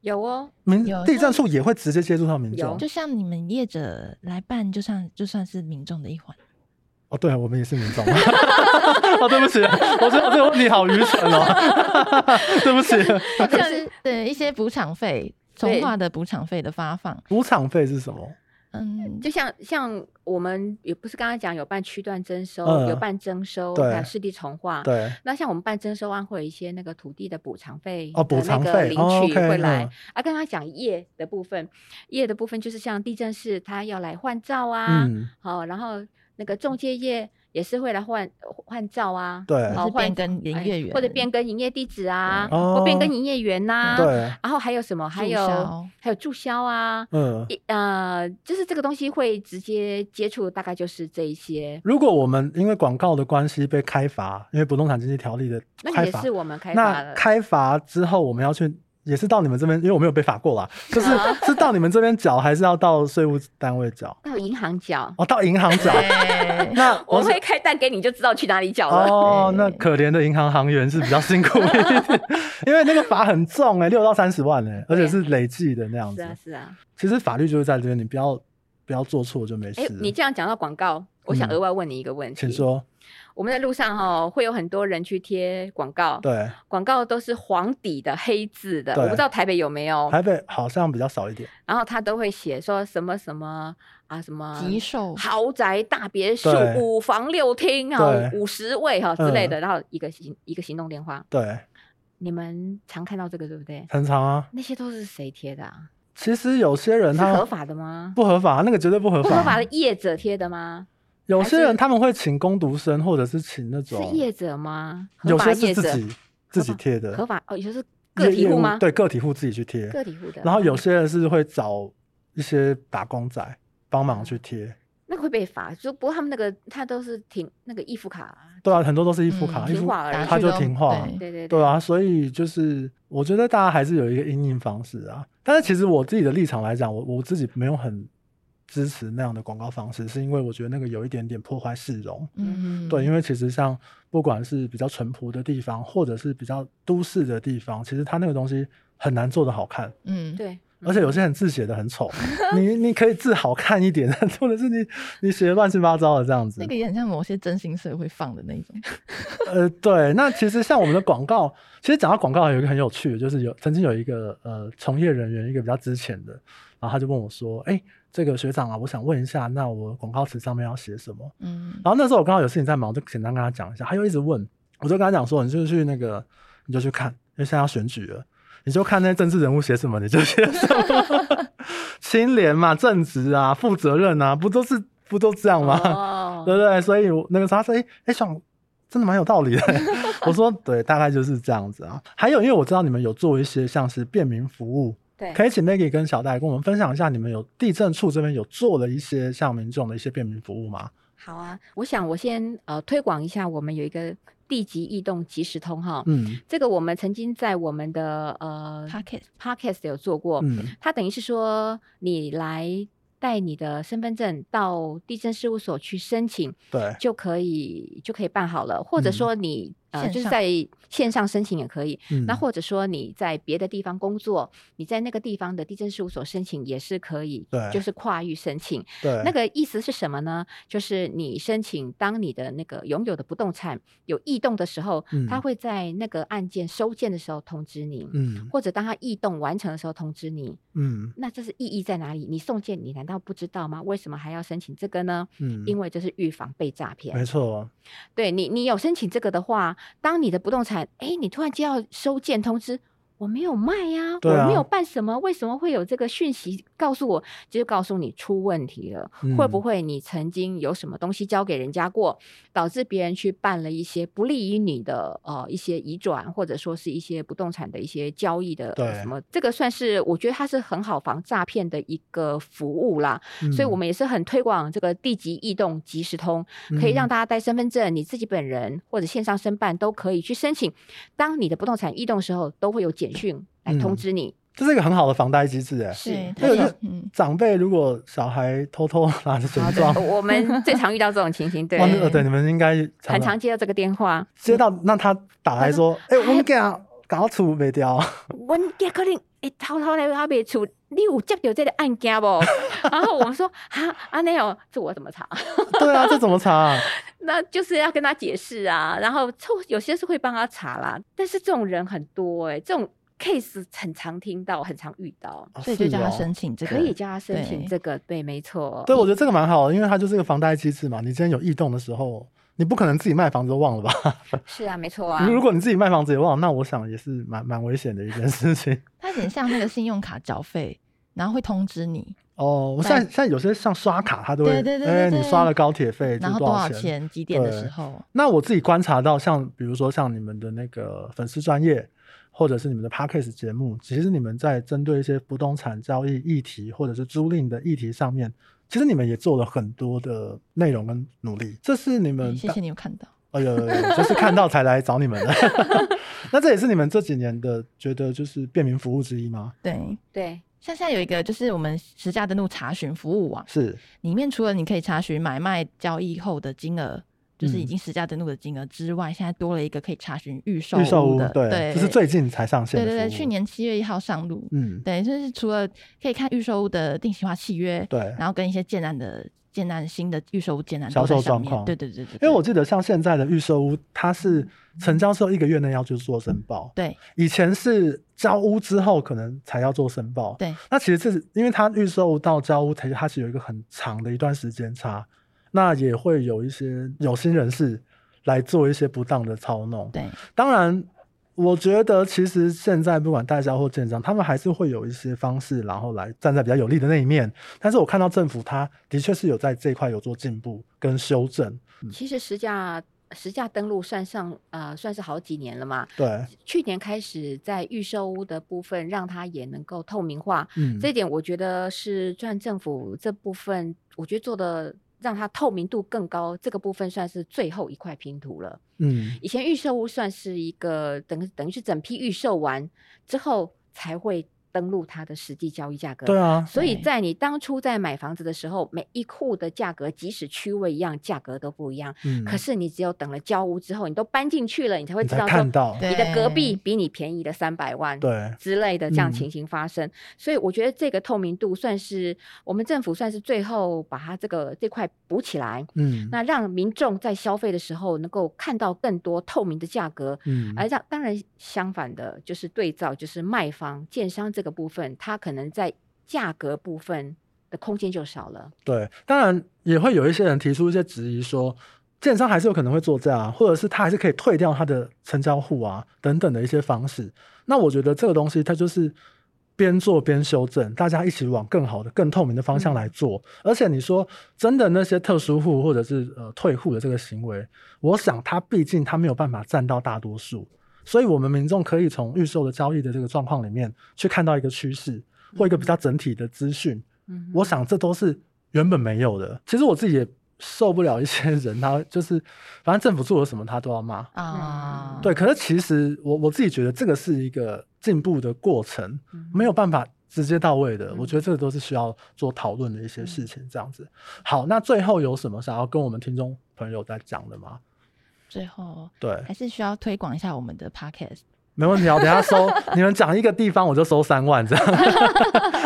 S2: 有哦，
S1: 民
S3: 有
S1: 地震处也会直接接触到民众
S2: 有
S3: 就像你们业者来办，就像就算是民众的一环。
S1: 哦，对，我们也是民众。 哦，对不起，我觉得这个问题好愚蠢哦， 对不起。
S3: 就是对一些补偿费、从
S2: 对
S3: 化的补偿费的发放，
S1: 补偿费是什么？
S3: 嗯，
S2: 就像像我们也不是刚刚讲有办区段征收，
S1: 嗯
S2: 有办征收，
S1: 对
S2: 还有市地重划，
S1: 对，
S2: 那像我们办征收案，会有一些那个土地的补偿费
S1: 哦补
S2: 的那
S1: 偿
S2: 个
S1: 费
S2: 领
S1: 哦
S2: 取
S1: ，OK，
S2: 会来、
S1: 嗯
S2: 啊。刚刚讲业的部分，业的部分就是像地震室他要来换照啊，
S1: 嗯，
S2: 好、然后那个中介业也是会来换换照啊，
S1: 对
S2: 哦
S3: 是变
S2: 换
S3: 更营
S2: 哎
S3: 业员
S2: 或者变更营业地址啊，
S1: 嗯
S2: 或变
S1: 哦
S2: 更营业员呐、
S1: 对，
S2: 然后还有什么？还
S3: 注
S2: 有
S3: 销
S2: 还有注销啊。
S1: 嗯。
S2: 一呃，就是这个东西会直接接触，大概就是这一些。
S1: 如果我们因为广告的关系被开罚，因为不动产经济条例的
S2: 那
S1: 开
S2: 也
S1: 罚
S2: 是，我们开发
S1: 那
S2: 的，
S1: 开罚之后我们要去，也是到你们这边，因为我没有被罚过
S2: 啊
S1: 啦，就是是到你们这边缴，还是要到税务单位缴？
S2: 到银行缴，
S1: 哦，到银行缴。
S3: 对
S1: 那
S2: 我
S1: 是
S2: 会开单给你，就知道去哪里缴了。
S1: 哦，那可怜的银行行员是比较辛苦一点，因为那个罚很重哎、六到三十万哎、而且是累计的那样
S2: 啊是
S1: 子
S2: 啊，。是啊。
S1: 其实法律就是在这边，你不要不要做错就没事
S2: 哎、
S1: 了。
S2: 你这样讲到广告，我想
S1: 啊嗯
S2: 额外问你一个问题。
S1: 请说，
S2: 我们在路上哈、会有很多人去贴广告，
S1: 对，
S2: 广告都是黄底的黑字的，
S1: 对
S2: 我不知道台北有没有。
S1: 台北好像比较少一点，
S2: 然后他都会写说什么什么啊什么。
S3: 极售，
S2: 豪宅大别墅
S1: 对
S2: 五房六厅哈，
S1: 对嗯
S2: 五十位哈之类的，然后一个行一个行动电话，
S1: 对，
S2: 你们常看到这个对不对？
S1: 很长啊。
S2: 那些都是谁贴的啊？
S1: 其实有些人
S2: 是
S1: 他
S2: 合法的吗？
S1: 不合法，那个绝对不合
S2: 不
S1: 法。
S2: 合法的业者贴的吗？
S1: 有些
S2: 还
S1: 人
S2: 是
S1: 他们会请工读生，或者是请那
S2: 是
S1: 种，
S2: 业者吗？合
S1: 有
S2: 法
S1: 些
S2: 业
S1: 是
S2: 者
S1: 自己自己贴的
S2: 合，法哦，也就是
S1: 业
S2: 个体
S1: 业
S2: 户
S1: 务
S2: 吗？，
S1: 对，个体户自己去贴。
S2: 个体户的。
S1: 然后有些人是会找一些打工仔帮忙去贴，
S2: 那个会被罚。就不过他们那个他都是停那个易付卡啊，
S1: 对啊，很多都是一副
S3: 嗯
S1: 卡，一
S2: 停
S1: 副
S2: 画而
S3: 打
S2: 已
S1: 它
S3: 去
S1: 就
S3: 都
S1: 停画
S3: 对
S2: 对对
S1: 对啊，所以就是我觉得大家还是有一个因应方式啊。但是其实我自己的立场来讲，我我自己没有很支持那样的广告方式，是因为我觉得那个有一点点破坏市容。
S3: 嗯，
S1: 对，因为其实像不管是比较淳朴的地方，或者是比较都市的地方，其实它那个东西很难做的好看，
S3: 嗯，
S2: 对，
S1: 而且有些人字写的很丑，你你可以字好看一点， 或者是你你写得乱七八糟的这样子
S3: 那。个也很像某些真心社会放的那种，
S1: 呃，对，那其实像我们的广告，其实讲到广告有一个很有趣的，就是有曾经有一个呃从业人员，一个比较之前的，然后他就问我说：“哎，这个学长啊，我想问一下，那我广告词上面要写什么？”
S3: 嗯
S1: 然后那时候我刚好有事情在忙，我就简单跟他讲一下，他又一直问，我就跟他讲说，你就去那个，你就去看，因为现在要选举了，你就看那些政治人物写什么，你就写什么， 清廉嘛，正直啊，负责任啊，不都是不都这样吗？对
S2: 哦，
S1: 不对？所以我那个时候他说，哎、哎，爽、真的蛮有道理的。 我说对，大概就是这样子啊。还有，因为我知道你们有做一些像是便民服务，
S2: 对，
S1: 可以请 Maggie 跟小戴跟我们分享一下，你们有地政处这边有做了一些像民众的一些便民服务吗？
S2: 好啊。我想我先呃推广一下，我们有一个地级异动即时通哈，
S1: 嗯
S2: 这个我们曾经在我们的呃
S3: p o c k e t
S2: podcast 有做过，
S1: 嗯。
S2: 它等于是说你来带你的身份证到地震事务所去申请，
S1: 对，
S2: 就可以就可以办好了，或者
S1: 嗯
S2: 说你、呃
S3: 线
S2: 就是
S3: 上
S2: 在线上申请也可以，
S1: 嗯
S2: 那或者说你在别的地方工作，你在那个地方的地震事务所申请也是可以
S1: 对，
S2: 就是跨域申请。
S1: 对
S2: 那个意思是什么呢？就是你申请当你的那个拥有的不动产有异动的时候，
S1: 嗯
S2: 它会在那个案件收件的时候通知你。
S1: 嗯
S2: 或者当它异动完成的时候通知你，
S1: 嗯
S2: 那这是意义在哪里？你送件你难道不知道吗？为什么还要申请这个呢？
S1: 嗯，
S2: 因
S1: 为
S2: 为这是预防被诈骗。
S1: 没错，
S2: 对你，你有申请这个的话，当你的不动产，哎，你突然接到收件通知，我没有卖呀、
S1: 对啊
S2: 我没有办什么，为什么会有这个讯息告诉我？这就告诉你出问题了，会不
S1: 嗯
S2: 会你曾经有什么东西交给人家过，导致别人去办了一些不利于你的呃一些移转，或者说是一些不动产的一些交易的
S1: 对
S2: 什么？这个算是我觉得它是很好防诈骗的一个服务啦。所以我
S1: 嗯
S2: 们也是很推广这个地级异动即时通，可以让
S1: 嗯
S2: 大家带身份证，你自己本人或者线上申办都可以去申请。当你的不动产异动的时候，都会有简讯来通知你。
S1: 这是一个很好的防呆机制哎。
S3: 对，
S2: 是，
S3: 它
S1: 那
S3: 是
S1: 个
S3: 嗯，
S1: 长辈如果小孩偷偷拿着钱撞，哇，
S2: 我我们最常遇到这种情形，啊对，
S1: 那呃对，你们应该
S2: 很常接到这个电话，
S1: 接到，那他打来说，哎，我们家搞出没 掉，
S2: 我家可能会偷偷来阿伯厝，你有接到这个案件不？ 然后我们说啊，阿内哦，这我怎么查？
S1: 对啊，这怎么查啊？
S2: 那就是要跟他解释啊，然后凑有些是会帮他查啦，但是这种人很多哎、这种 case 很常听到，很常遇到。
S1: 哦
S3: 所以就是叫他
S1: 哦
S3: 申请这个，
S2: 可以叫他申请
S3: 对
S2: 这个，对，没错。
S1: 对，我觉得这个蛮好的，因为它就是一个房贷机制嘛。你今天有异动的时候，你不可能自己卖房子都忘了吧？
S2: 是啊，没错啊。
S1: 如果你自己卖房子也忘了，那我想也是蛮蛮危险的一件事情。
S3: 它有点像那个信用卡缴费，然后会通知你，
S1: 哦，我现在现在有些像刷卡，它都会，
S3: 对对对对
S1: 哎，你
S3: 对
S1: 刷了高铁费就
S3: 然后
S1: 多
S3: 多少
S1: 钱？
S3: 钱、几点的
S1: 对
S3: 时候，
S1: 那我自己观察到，像比如说像你们的那个粉丝专业，或者是你们的 podcast 节目，其实你们在针对一些不动产交易议题或者是租赁的议题上面，其实你们也做了很多的内容跟努力。这是你们
S3: 嗯谢谢你有看到，
S1: 哎呦，有有就是看到才来找你们的。 那这也是你们这几年的觉得就是便民服务之一吗？
S3: 对。
S2: 对，
S3: 像现在有一个就是我们实价登录查询服务网，
S1: 是，
S3: 里面除了你可以查询买卖交易后的金额，就是已
S1: 嗯
S3: 经实价登录的金额之外，现在多了一个可以查询预售
S1: 预售屋
S3: 的，
S1: 对，这是最近才上线
S3: 对
S1: 的
S3: 对对，
S1: 服务
S3: 去年七月一号上路，
S1: 嗯，
S3: 对，就是除了可以看预售屋的定型化契约，
S1: 对。
S3: 然后跟一些建案的建案新的预售屋建案
S1: 销
S3: 都在
S1: 售
S3: 上
S1: 状
S3: 面
S1: 况
S3: 对对对对，
S1: 因为
S3: 对
S1: 我记得像现在的预售屋，它是成交之后一个月内要去做申报，
S3: 对
S1: 以前是交屋之后可能才要做申报。
S3: 对
S1: 那其实这是因为它预售到交屋，它它是有一个很长的一段时间差，那也会有一些有心人士来做一些不当的操弄。
S3: 对，
S1: 当然，我觉得其实现在不管代销或建商，他们还是会有一些方式，然后来站在比较有利的那一面。但是我看到政府，它的确是有在这一块有做进步跟修正。
S2: 其实实价实价登录算上呃算是好几年了嘛。
S1: 对，
S2: 去年开始在预售屋的部分，让它也能够透明化，
S1: 嗯，
S2: 这一点我觉得是赚政府这部分，我觉得做的让它透明度更高，这个部分算是最后一块拼图了。
S1: 嗯
S2: 以前预售屋算是一个等等于是整批预售完之后才会登录它的实际交易价格。
S1: 对啊，
S2: 所以
S3: 对
S2: 在你当初在买房子的时候，每一户的价格即使区位一样，价格都不一样。
S1: 嗯，
S2: 可是你只有等了交屋之后，你都搬进去了，你才会
S1: 你
S2: 知
S1: 才
S2: 道说
S1: 看到，
S3: 对
S2: 你的隔壁比你便宜了三百万。
S1: 对，
S2: 之类的这
S1: 嗯
S2: 样情形发生，所以我觉得这个透明度算是我们政府算是最后把它这个这块补起来，
S1: 嗯，
S2: 那让民众在消费的时候能够看到更多透明的价格。
S1: 嗯，
S2: 而让当然相反的，就是对照，就是卖方、建商这个部分，它可能在价格部分的空间就少了。
S1: 对，当然也会有一些人提出一些质疑说。建商还是有可能会作价、啊，或者是他还是可以退掉他的成交户啊等等的一些方式。那我觉得这个东西它就是边做边修正，大家一起往更好的、更透明的方向来做。而且你说真的那些特殊户或者是呃退户的这个行为，我想他毕竟他没有办法占到大多数，所以我们民众可以从预售的交易的这个状况里面去看到一个趋势或一个比较整体的资讯。
S2: 嗯
S1: 我想这都是原本没有的。其实我自己也受不了一些人，他 就是反正政府做了什么他都要骂。
S3: 啊，
S1: 嗯对，可是其实我我自己觉得这个是一个进步的过程，
S2: 嗯
S1: 没有办法直接到位的。我觉得这个都是需要做讨论的一些
S2: 嗯
S1: 事情，这样子。好，那最后有什么想要跟我们听众朋友在讲的吗？
S3: 最后
S1: 对，
S3: 还是需要推广一下我们 的 podcast。
S1: 没问题啊，我等一下收你们讲一个地方，我就收三万 这样。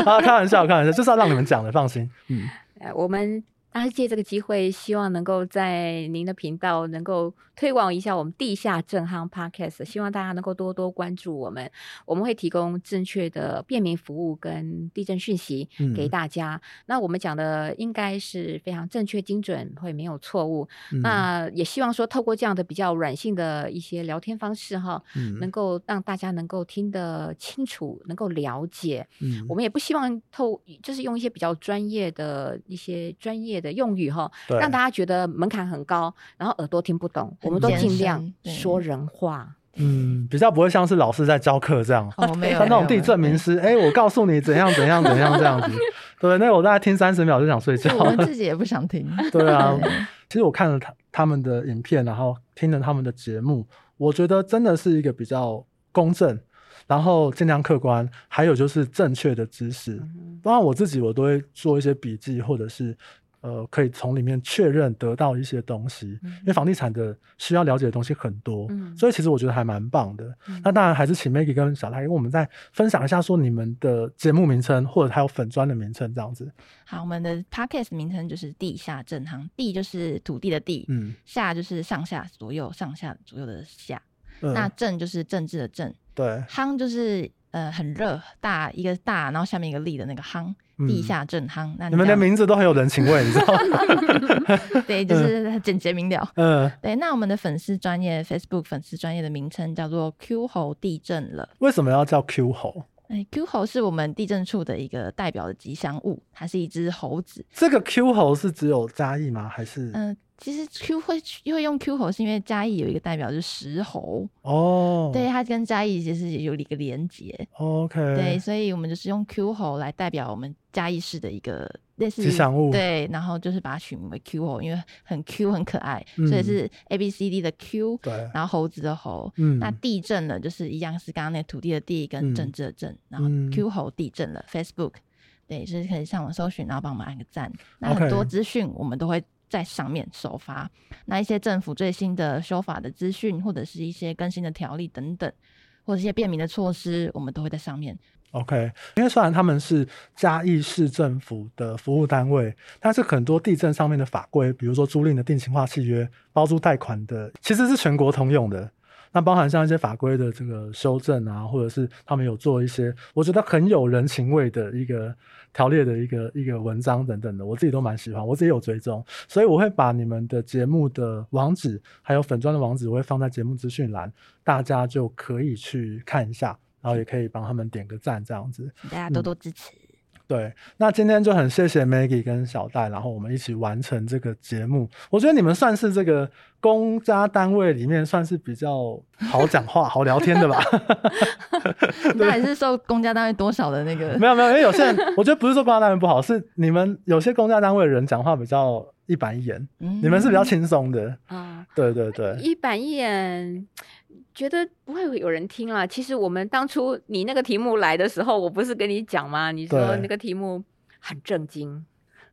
S1: 啊，开玩笑，开玩笑，就是要让你们讲的，放心。嗯，
S2: 呃，我们当然借这个机会，希望能够在您的频道能够推广一下我们地下正夯 Podcast，希望大家能够多多关注我们，我们会提供正确的便民服务跟地震讯息给
S1: 嗯
S2: 大家。那我们讲的应该是非常正确精准，会没有错误。
S1: 嗯
S2: 那也希望说，透过这样的比较软性的一些聊天方式哈，能
S1: 嗯
S2: 够让大家能够听得清楚，能够了解。
S1: 嗯
S2: 我们也不希望透，就是用一些比较专业的一些专业的用语哈，
S1: 对
S2: 让大家觉得门槛很高，然后耳朵听不懂。我们都
S1: 艰
S2: 尽量
S3: 深对
S2: 说人话。
S1: 嗯，比较不会像是老师在教课这样。
S3: 哦，没有
S1: 像那种地震名
S3: 师，
S1: 师，哎、我告诉你怎样怎样怎样这样子，对，那我大概听三十秒就想睡觉
S3: 对我
S1: 了
S3: 们。自己也不想听。
S1: 对啊
S3: 对，
S1: 其实我看了他他们的影片，然后听了他们的节目，我觉得真的是一个比较公正，然后尽量客观，还有就是正确的知识。
S2: 嗯
S1: 当然我自己我都会做一些笔记，或者是呃可以从里面确认得到一些东西，
S2: 嗯
S1: 因为房地产的需要了解的东西很多，
S2: 嗯
S1: 所以其实我觉得还蛮棒的。
S2: 嗯
S1: 那当然还是请 Maggie 跟小太跟我们再分享一下，说你们的节目名称或者还有粉砖的名称这样子。
S3: 好，我们的 podcast 名称就是地下正行，地就是土地的地，
S1: 嗯，
S3: 下就是上下左右，上下左右的下，
S1: 嗯
S3: 那正就是政治的正，
S1: 对，
S3: 夯就是呃很热大一个大，然后下面一个力的那个夯，
S1: 嗯
S3: 地下正夯。那
S1: 你们的
S3: 这样
S1: 名字都很有人情味，你知道吗？
S3: 对，就是很简洁明了。
S1: 嗯，
S3: 对，那我们的粉丝专业 Facebook 粉丝专业的名称叫做 Q 猴地震了。
S1: 为什么要叫 Q 猴？
S3: 哎，Q 猴是我们地震处的一个代表的吉祥物，它是一只猴子。
S1: 这个 Q 猴是只有嘉义吗？还是、
S3: 嗯、其实 Q 会会用 Q 猴，是因为嘉义有一个代表就是石猴，
S1: 哦？
S3: 对，啊它跟嘉义其实有一个连结，
S1: ，OK，
S3: 对，，所以我们就是用 Q 猴来代表我们嘉义市的一个类似于
S1: 吉祥物
S3: 对，然后就是把它取名为 Q 猴，因为很 Q 很可爱，
S1: 嗯
S3: 所以是 A B C D 的 Q，
S1: 对
S3: 然后猴子的猴，
S1: 嗯
S3: 那地震了就是一样是刚刚那个土地的地
S1: 嗯
S3: 跟政治的政，然后
S1: 嗯
S3: Q 猴地震了 Facebook，对，就是可以上网搜寻，然后帮我们按个赞。那
S1: OK
S3: 很多资讯我们都会在上面首发，那一些政府最新的修法的资讯，或者是一些更新的条例等等。或者一些便民的措施，我们都会在上面。
S1: OK，因为虽然他们是嘉义市政府的服务单位，但是很多地震上面的法规，比如说租赁的定型化契约、包租贷款的，其实是全国通用的。那包含像一些法规的这个修正啊，或者是他们有做一些我觉得很有人情味的一个条列的一个一个文章等等的，我自己都蛮喜欢，我自己有追踪，所以我会把你们的节目的网址还有粉砖的网址，我会放在节目资讯栏，大家就可以去看一下，然后也可以帮他们点个赞这样子。
S3: 请大家多多支持。
S1: 对，那今天就很谢谢 Maggie 跟小戴，然后我们一起完成这个节目。我觉得你们算是这个公家单位里面算是比较好讲话、 好聊天的吧？
S3: 那还是受公家单位多少的那个
S1: 没有没有，因为有些人，我觉得不是说公家单位不好，是你们有些公家单位的人讲话比较一板一眼，
S3: 嗯
S1: 你们是比较轻松的。
S2: 啊、
S1: 对对对，
S2: 一板一眼，觉得不会有人听啦。其实我们当初你那个题目来的时候，我不是跟你讲吗？你说
S1: 对
S2: 那个题目很震惊，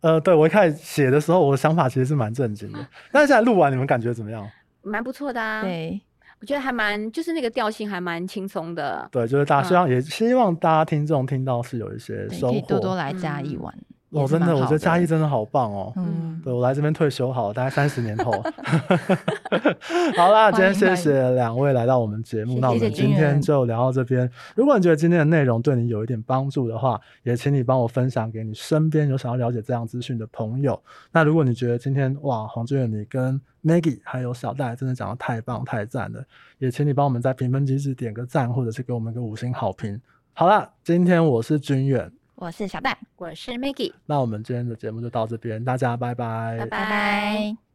S1: 呃，对我一开始写的时候，我的想法其实是蛮震惊
S3: 嗯
S1: 的，但是现在录完，你们感觉怎么样？
S2: 蛮不错的啊。，
S3: 对，
S2: 我觉得还蛮，就是那个调性还蛮轻松的。
S1: 对，就是大家
S2: 嗯
S1: 希望也希望大家听众听到是有一些
S3: 对，
S1: 收
S3: 可以
S1: 获。
S3: 多多来嘉义
S2: 嗯
S3: 玩。也
S1: 哦，
S3: 是
S1: 真的，
S3: 蛮
S1: 我
S3: 好
S1: 觉得嘉义
S3: 的，
S1: 真的好棒哦。
S3: 嗯，
S1: 对我来这边退休好了，大概三十年 后。好啦，今天谢谢两位来到我们节目，
S3: 谢
S1: 那我
S3: 谢
S1: 们
S3: 君
S1: 今天
S3: 远
S1: 就聊到这边。如果你觉得今天的内容对你有一点帮助的话，也请你帮我分享给你身边有想要了解这样资讯的朋友。那如果你觉得今天哇，黄志远你跟 Maggie 还有小戴真的讲的太棒太赞了，也请你帮我们在评分机制点个赞，或者是给我们个五星好评。好啦，今天我是君远，
S3: 我是小戴，
S2: 我是 Maggie，
S1: 那我们今天的节目就到这边，大家拜拜
S2: 拜
S3: 拜拜。